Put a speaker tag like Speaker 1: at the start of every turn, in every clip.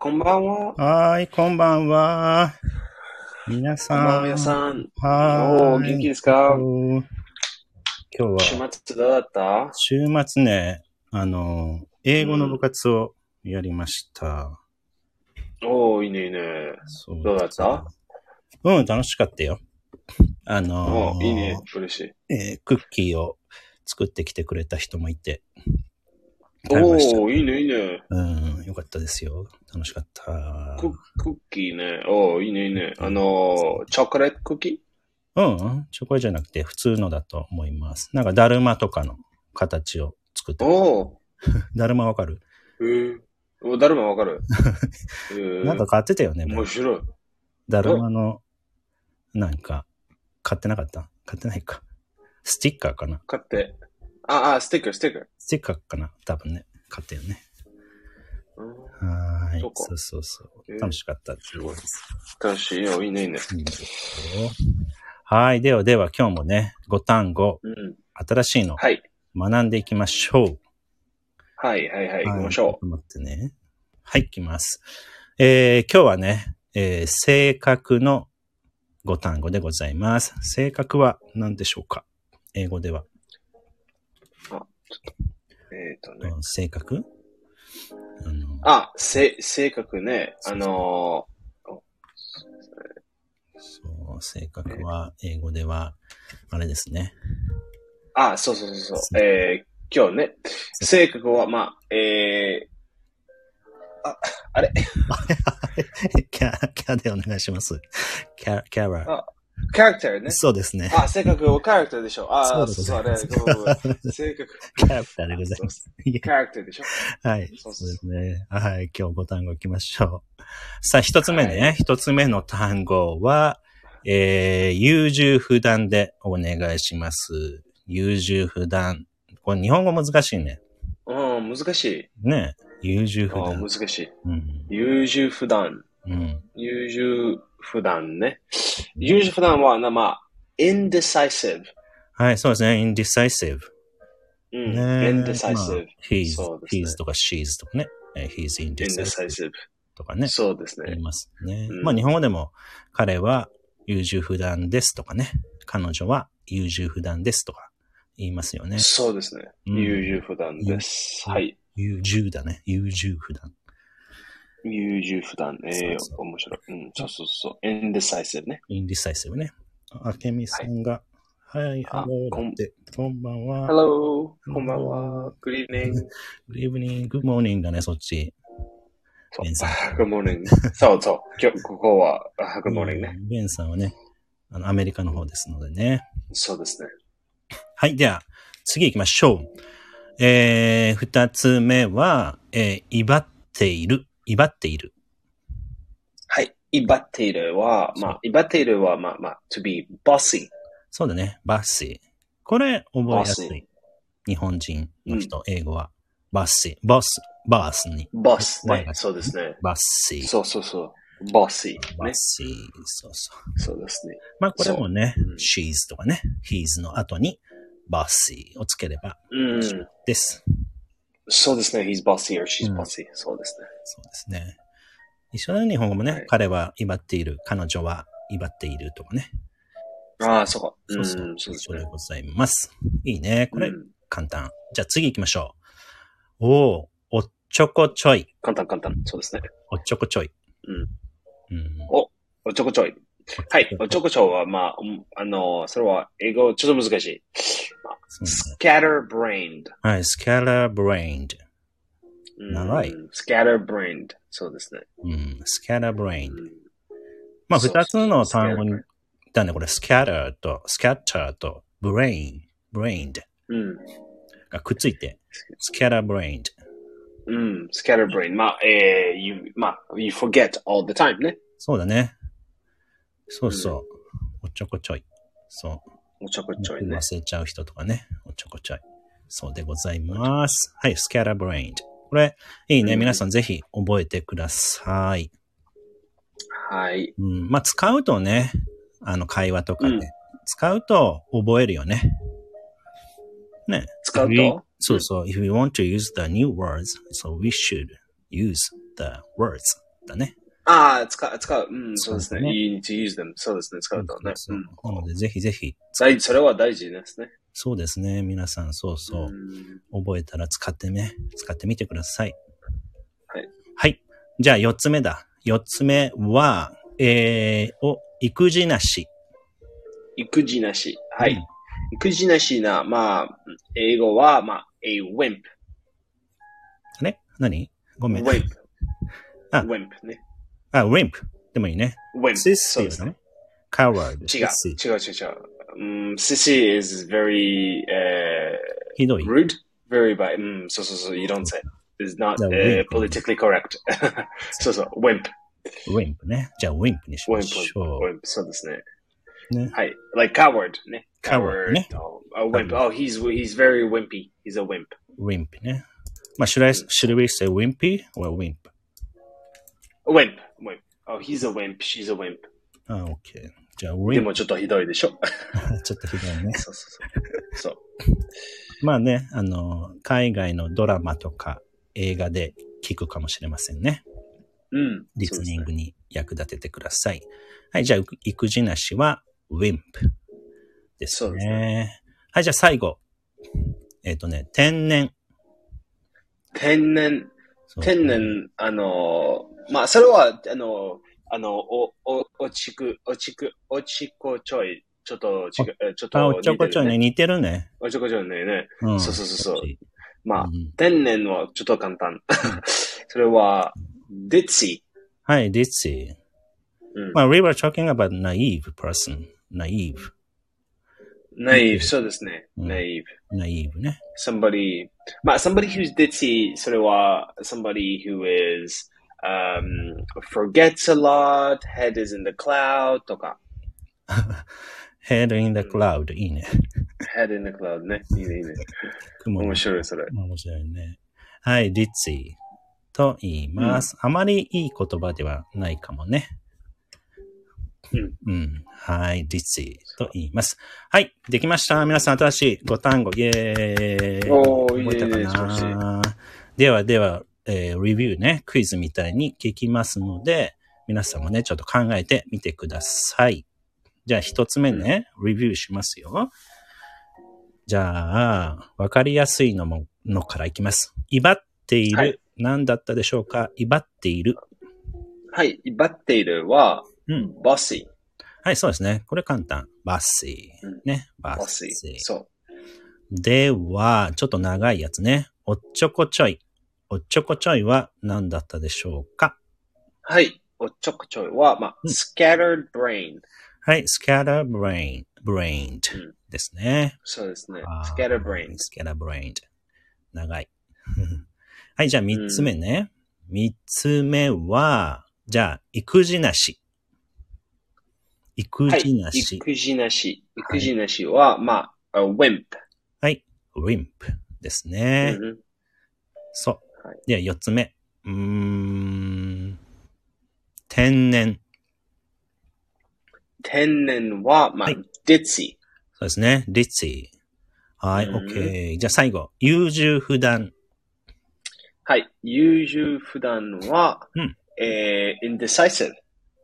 Speaker 1: こんばんは。
Speaker 2: はーい、こんばんは。
Speaker 1: こんば
Speaker 2: 皆
Speaker 1: ん
Speaker 2: さ
Speaker 1: は、
Speaker 2: ん。
Speaker 1: 皆さん。おー、
Speaker 2: はーい。
Speaker 1: 元気ですか
Speaker 2: 今日は、
Speaker 1: 週末どうだった
Speaker 2: 週末ね、あの、英語の部活をやりました。
Speaker 1: おー、いいね、いいね。
Speaker 2: そうです
Speaker 1: どうだった
Speaker 2: うん、楽しかったよ。あの
Speaker 1: おー、いいね。嬉しい。
Speaker 2: えークッキーを作ってきてくれた人もいて、食べました
Speaker 1: おー、いいね、いいね。
Speaker 2: うん、よかったですよ。楽しかった。
Speaker 1: クックッキーね。おー、いいね、いいね。あのー、チョコレートクッキ
Speaker 2: うん、チョコレートじゃなくて普通のだと思います。なんか、だるまとかの形を作っ
Speaker 1: ー
Speaker 2: て。
Speaker 1: お
Speaker 2: だるまわかる
Speaker 1: ー、えー。おだるまわか るえー
Speaker 2: なんか買ってたよね。
Speaker 1: 面白い。
Speaker 2: だるまの、なんか、買ってなかった買ってないか。スティッカーかな
Speaker 1: 買って。あ、あ、ステッカー、ステッカー。
Speaker 2: スティッカーかな多分ね。買ったよね。
Speaker 1: うん
Speaker 2: はーい
Speaker 1: そう。か
Speaker 2: そうそうそう
Speaker 1: えー。
Speaker 2: 楽しかったっていうことです。
Speaker 1: 楽しいよ、いいね、いいね。
Speaker 2: いいですよはーい。ではでは今日もね、ご単語、
Speaker 1: うん。
Speaker 2: 新しいの
Speaker 1: はい。
Speaker 2: 学んでいきましょう。
Speaker 1: はい、はい、はい。行きましょ
Speaker 2: う。待ってね。はい、行きます。えー今日はね、えー性格のご単語でございます。性格は何でしょうか英語では。
Speaker 1: う。えっとね。
Speaker 2: 性格あの
Speaker 1: あ、せ、性格ね。あの
Speaker 2: そう、性格は英語では、あれですね。
Speaker 1: ー、あ、そうそうそうそう。えー、今日ね、性格は、まあ、え
Speaker 2: キャキャでお願いします。キャキャラ。
Speaker 1: あー、キャラクターね。
Speaker 2: そうですね。
Speaker 1: あ、性格はキャラクターでしょ。あー、
Speaker 2: そうで
Speaker 1: そ
Speaker 2: す
Speaker 1: う
Speaker 2: ね
Speaker 1: そう、あれ、ごめんごめん性格、
Speaker 2: キャラクターでございます。いや
Speaker 1: キャラクターでしょ。
Speaker 2: はい。
Speaker 1: そ
Speaker 2: そうう
Speaker 1: そう
Speaker 2: ですね。はい。今日ご単語いきましょう。さあ、一つ目
Speaker 1: は
Speaker 2: ね。一、つ目の単語は、えー、優柔不断でお願いします。優柔不断。これ日本語難しいね。
Speaker 1: うん、難しい。
Speaker 2: ね。優柔
Speaker 1: あ
Speaker 2: 不
Speaker 1: ー
Speaker 2: 断。
Speaker 1: 難しい。
Speaker 2: うん。
Speaker 1: 優柔不断。
Speaker 2: うん。
Speaker 1: 優柔不断ね。優柔不断は、なまあ、indecisive。
Speaker 2: はい、そうですね。indecisive.
Speaker 1: うん、
Speaker 2: ね。
Speaker 1: indecisive
Speaker 2: まあ。he's,
Speaker 1: そうですね
Speaker 2: he's とか she's とかね。えー he's indecisive
Speaker 1: indecisive。
Speaker 2: とかね。
Speaker 1: そうです
Speaker 2: 言
Speaker 1: ね
Speaker 2: い。ますね。
Speaker 1: うん
Speaker 2: まあ日本語でも彼は優柔不断ですとかね。彼女は優柔不断ですとか言いますよね。
Speaker 1: そうですね。
Speaker 2: うん
Speaker 1: 優柔不断です。
Speaker 2: うん
Speaker 1: はい。
Speaker 2: 優柔だね。優柔不断。
Speaker 1: 優柔不断。ええ
Speaker 2: そうそ
Speaker 1: 面白い。うん、そうそうそう。indecisive ね。
Speaker 2: indecisive ね。あけみさんが、はい、
Speaker 1: あ
Speaker 2: hello
Speaker 1: こん
Speaker 2: って、こんばんは。
Speaker 1: Hello! こんばんは。Good evening.
Speaker 2: Good evening, good morning だね、そっち。
Speaker 1: そう
Speaker 2: ベンさん。
Speaker 1: Good morning. そうそう。今日、ここは、あ Good morning ね。
Speaker 2: うんベンさんはね、あのアメリカの方ですのでね。
Speaker 1: そうですね。
Speaker 2: はい、では、次行きましょう。えー、二つ目は、えー、威張っている。威張っている。
Speaker 1: はい。威張っているは、ま
Speaker 2: そう
Speaker 1: あ、威張っているは、まあ、まあ、to be bossy。
Speaker 2: そうだね。バッシー。これ、覚えやす
Speaker 1: バッシ
Speaker 2: い。日本人の人、英語は。バッシー。ボス。バースに。
Speaker 1: boss
Speaker 2: はい
Speaker 1: ね。そうですね。
Speaker 2: バッシー。
Speaker 1: そうそうそう。bossy
Speaker 2: バ
Speaker 1: ね
Speaker 2: ッ。シー。そうそう。
Speaker 1: そうですね。
Speaker 2: まあ、これもね
Speaker 1: そううん、
Speaker 2: she's とかね、he's の後に、バッシーをつければ
Speaker 1: うん。
Speaker 2: です。
Speaker 1: そうですね。he's bossy or she's
Speaker 2: うん
Speaker 1: bossy. そうですね。
Speaker 2: そうですね。一緒だね、日本語もね。
Speaker 1: はい
Speaker 2: 彼は威張っている。彼女は威張っているとかね。
Speaker 1: ああ、そうか。う
Speaker 2: そ
Speaker 1: ん、
Speaker 2: う
Speaker 1: そ
Speaker 2: そう
Speaker 1: です
Speaker 2: う。一緒
Speaker 1: ね
Speaker 2: で。ございます。いいね。これ
Speaker 1: う、ん
Speaker 2: 簡単。じゃあ次行きましょう。おー、おっちょこちょい。
Speaker 1: 簡単簡単。そうですね。
Speaker 2: おっちょこちょい。うん。
Speaker 1: おちょこちょい。はい。おちょこちょいは、まあ、うんあの、それは英語ちょっと難しい。
Speaker 2: そうね
Speaker 1: scatterbrained。
Speaker 2: はい、スキャラブレインド。
Speaker 1: うん
Speaker 2: 長い。
Speaker 1: scatterbrained。そうですね。
Speaker 2: うん、スキャラブレイン
Speaker 1: う
Speaker 2: ド。
Speaker 1: ん
Speaker 2: まあ、
Speaker 1: そう
Speaker 2: 二つの単語に
Speaker 1: scatterbrained、
Speaker 2: だね、これ、スキャラと、スキャッターと、ブレイン、ブレインド
Speaker 1: うん。
Speaker 2: がくっついて、スキャラブレインド。
Speaker 1: うん。scatterbrained。まあ、えー、you, まあ、you forget all the time ね。
Speaker 2: そうだね。そうそう。おっちょこちょい。そう。
Speaker 1: おちょこちょいね。
Speaker 2: 忘れちゃう人とかね。おっちょこちょい。そうでございます。はい、スキャラブレインド。これ、いいね。
Speaker 1: うん
Speaker 2: 皆さんぜひ覚えてください。
Speaker 1: はい。
Speaker 2: うん、まあ使うとね、あの会話とかで、
Speaker 1: うん
Speaker 2: 使うと覚えるよね。ね。
Speaker 1: 使う
Speaker 2: We-
Speaker 1: と
Speaker 2: そうそう。If we want to use the new words, so we should use the words ったね。
Speaker 1: ああ、使う、使う。うん、そうですね。
Speaker 2: そうですね
Speaker 1: you need to use them. そうですね。使うとね。
Speaker 2: そううんそうなので、ぜひぜひ、
Speaker 1: 大それは大事ですね。
Speaker 2: そうですね。皆さん、そうそう。
Speaker 1: ん
Speaker 2: 覚えたら使ってね、使ってみてください。
Speaker 1: はい。
Speaker 2: はい。じゃあ、四つ目だ。四つ目は、えー、お、育児なし。
Speaker 1: 育児なし。はい。
Speaker 2: うん
Speaker 1: 育児なしな、まあ、英語は、まあ、a wimp。
Speaker 2: あれ何ごめん。
Speaker 1: wimp。
Speaker 2: あ
Speaker 1: wimp ね。
Speaker 2: あ、wimp。でもいいね。
Speaker 1: wimp。
Speaker 2: sissy
Speaker 1: そうですね。
Speaker 2: ね。coward。
Speaker 1: 違う
Speaker 2: sissy。
Speaker 1: 違う違う違う。うん、sissy Mm, is very, uh,
Speaker 2: ひどい。
Speaker 1: rude, very mm, bad. うん、そうそうそう、you don't say. It's not、uh,
Speaker 2: The wimp.
Speaker 1: politically correct. そうそう、wimp,
Speaker 2: wimp ね。じゃあ、wimp にし
Speaker 1: wimp,
Speaker 2: ましょ
Speaker 1: wimp, そうですね。
Speaker 2: う。ね。
Speaker 1: はい。like coward ね。
Speaker 2: coward ね。
Speaker 1: Oh, a wimp. Oh, he's, he's very wimpy. He's a wimp.
Speaker 2: wimp ね。まあ、should I, should we say wimpy or wimp?
Speaker 1: A wimp, wimp. Oh, he's a wimp, she's a wimp.
Speaker 2: あ、OK。じゃあ、
Speaker 1: で
Speaker 2: wimp。
Speaker 1: もちょっとひどいでし ょ。
Speaker 2: ちょっとひどいね。
Speaker 1: そうそうそう。そう。
Speaker 2: まあね、あの、海外のドラマとか映画で聞くかもしれませんね。
Speaker 1: うん。
Speaker 2: リ
Speaker 1: そ
Speaker 2: ス
Speaker 1: うです
Speaker 2: ニ
Speaker 1: ね
Speaker 2: ングに役立ててください。はい、じゃあ、育児なしは wimp です
Speaker 1: そう
Speaker 2: ね。
Speaker 1: です
Speaker 2: はい、じゃあ最後。えっ、とね、天然。
Speaker 1: 天然、
Speaker 2: そう
Speaker 1: 天。然、あのー、まあ、それは、あのー、あの、お、お、おちく、おちく、おちこちょい、ちょっと違う、えちょっと
Speaker 2: あ、
Speaker 1: 似てる、
Speaker 2: おっちょこちょいね、似てるね。
Speaker 1: おちょこちょいね。ね。
Speaker 2: うん。
Speaker 1: そうそうそうそう
Speaker 2: 少し
Speaker 1: まあ、
Speaker 2: うん
Speaker 1: 天然はちょっと簡単。 それは、デッシ
Speaker 2: はい、this is.
Speaker 1: ー。うん。
Speaker 2: まあ、we were talking about naive person. naive.
Speaker 1: ナイーブ、そうですね。
Speaker 2: うん
Speaker 1: ナイーブ。
Speaker 2: naive ね。
Speaker 1: somebody, まあ、somebody who's ditzy, それは somebody who is, um, forgets a lot, head is in the cloud とか、
Speaker 2: head in the cloud. いいね。
Speaker 1: head in the cloud ね。いいね、いいね。
Speaker 2: 雲の
Speaker 1: 面白い、それ。
Speaker 2: 面白いね。はい、リッツィと言います。あまりいい言葉ではないかもね。
Speaker 1: うん。
Speaker 2: うん。はい、リッツィと言います。はい、できました。皆さん、新しい5単語、イェーイ。
Speaker 1: おー
Speaker 2: 覚えた
Speaker 1: イェーイ素
Speaker 2: か
Speaker 1: 晴らしい
Speaker 2: なではでは、えーレビューね、クイズみたいに聞きますので、皆さんもね、ちょっと考えてみてください。じゃあ、一つ目ね、レビューしますよ。じゃあ、わかりやすいのも、のからいきます。威張っている。
Speaker 1: はい
Speaker 2: 何だったでしょうか威張っている。
Speaker 1: はい、威張っているは、
Speaker 2: うん。
Speaker 1: bossy,
Speaker 2: はい、そうですね。これ簡単。バッシー。
Speaker 1: うん
Speaker 2: ね。バッシ
Speaker 1: bossy. そ
Speaker 2: ー。では、ちょっと長いやつね。おっちょこちょい。おっちょこちょいは何だったでしょうか
Speaker 1: う。はい、おっちょこちょいは、まあ、
Speaker 2: うん
Speaker 1: scattered brain.
Speaker 2: はい、scatter brain, brained
Speaker 1: うん
Speaker 2: ですね。
Speaker 1: そうですね
Speaker 2: あ。ー
Speaker 1: scattered brain.
Speaker 2: scatterbrained。長い。 はい、じゃあ三つ目ね。三、つ目は、じゃあ、育児なし。育
Speaker 1: はい
Speaker 2: 児なし。
Speaker 1: 育児なし。育児なしは、まあ、a wimp.
Speaker 2: はい、wimp ですね。
Speaker 1: うんうん
Speaker 2: そう
Speaker 1: はい。
Speaker 2: では四つ目。うーん。天然。
Speaker 1: 天然は、まあ
Speaker 2: はい、
Speaker 1: ditzy.
Speaker 2: そうですね。リッツィ。はい、
Speaker 1: うん
Speaker 2: OK。じゃあ最後。優柔不断。
Speaker 1: はい。優柔不断は、
Speaker 2: うん
Speaker 1: えー indecisive。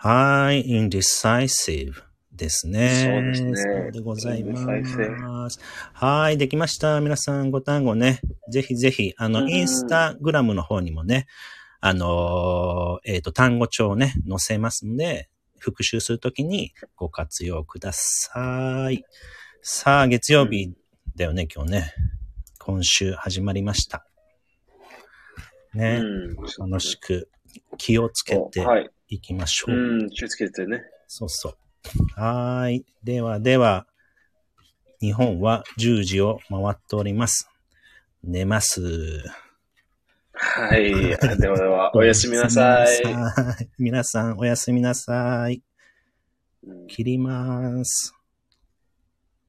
Speaker 2: はい、indecisive ですね。
Speaker 1: そうですね
Speaker 2: そうでございます。はい、できました。皆さん、ご単語ね。ぜひぜひ、あ
Speaker 1: う
Speaker 2: の、
Speaker 1: ん
Speaker 2: インスタグラムの方にもね、あのーえっ、と、単語帳をね、載せますんで、復習するときにご活用ください。さあ、月曜日だよね、今日ね。今週始まりました。
Speaker 1: う
Speaker 2: ね、
Speaker 1: ん。
Speaker 2: 楽しく気をつけて
Speaker 1: はい。
Speaker 2: いきましょう。
Speaker 1: うん、気をつけてね。
Speaker 2: そうそう。はーい。ではでは、日本は10時を回っております。寝ます。
Speaker 1: はい。ではでは、おやすみなさい。
Speaker 2: おやすみなさい皆さん、おやすみなさい。
Speaker 1: うん
Speaker 2: 切ります。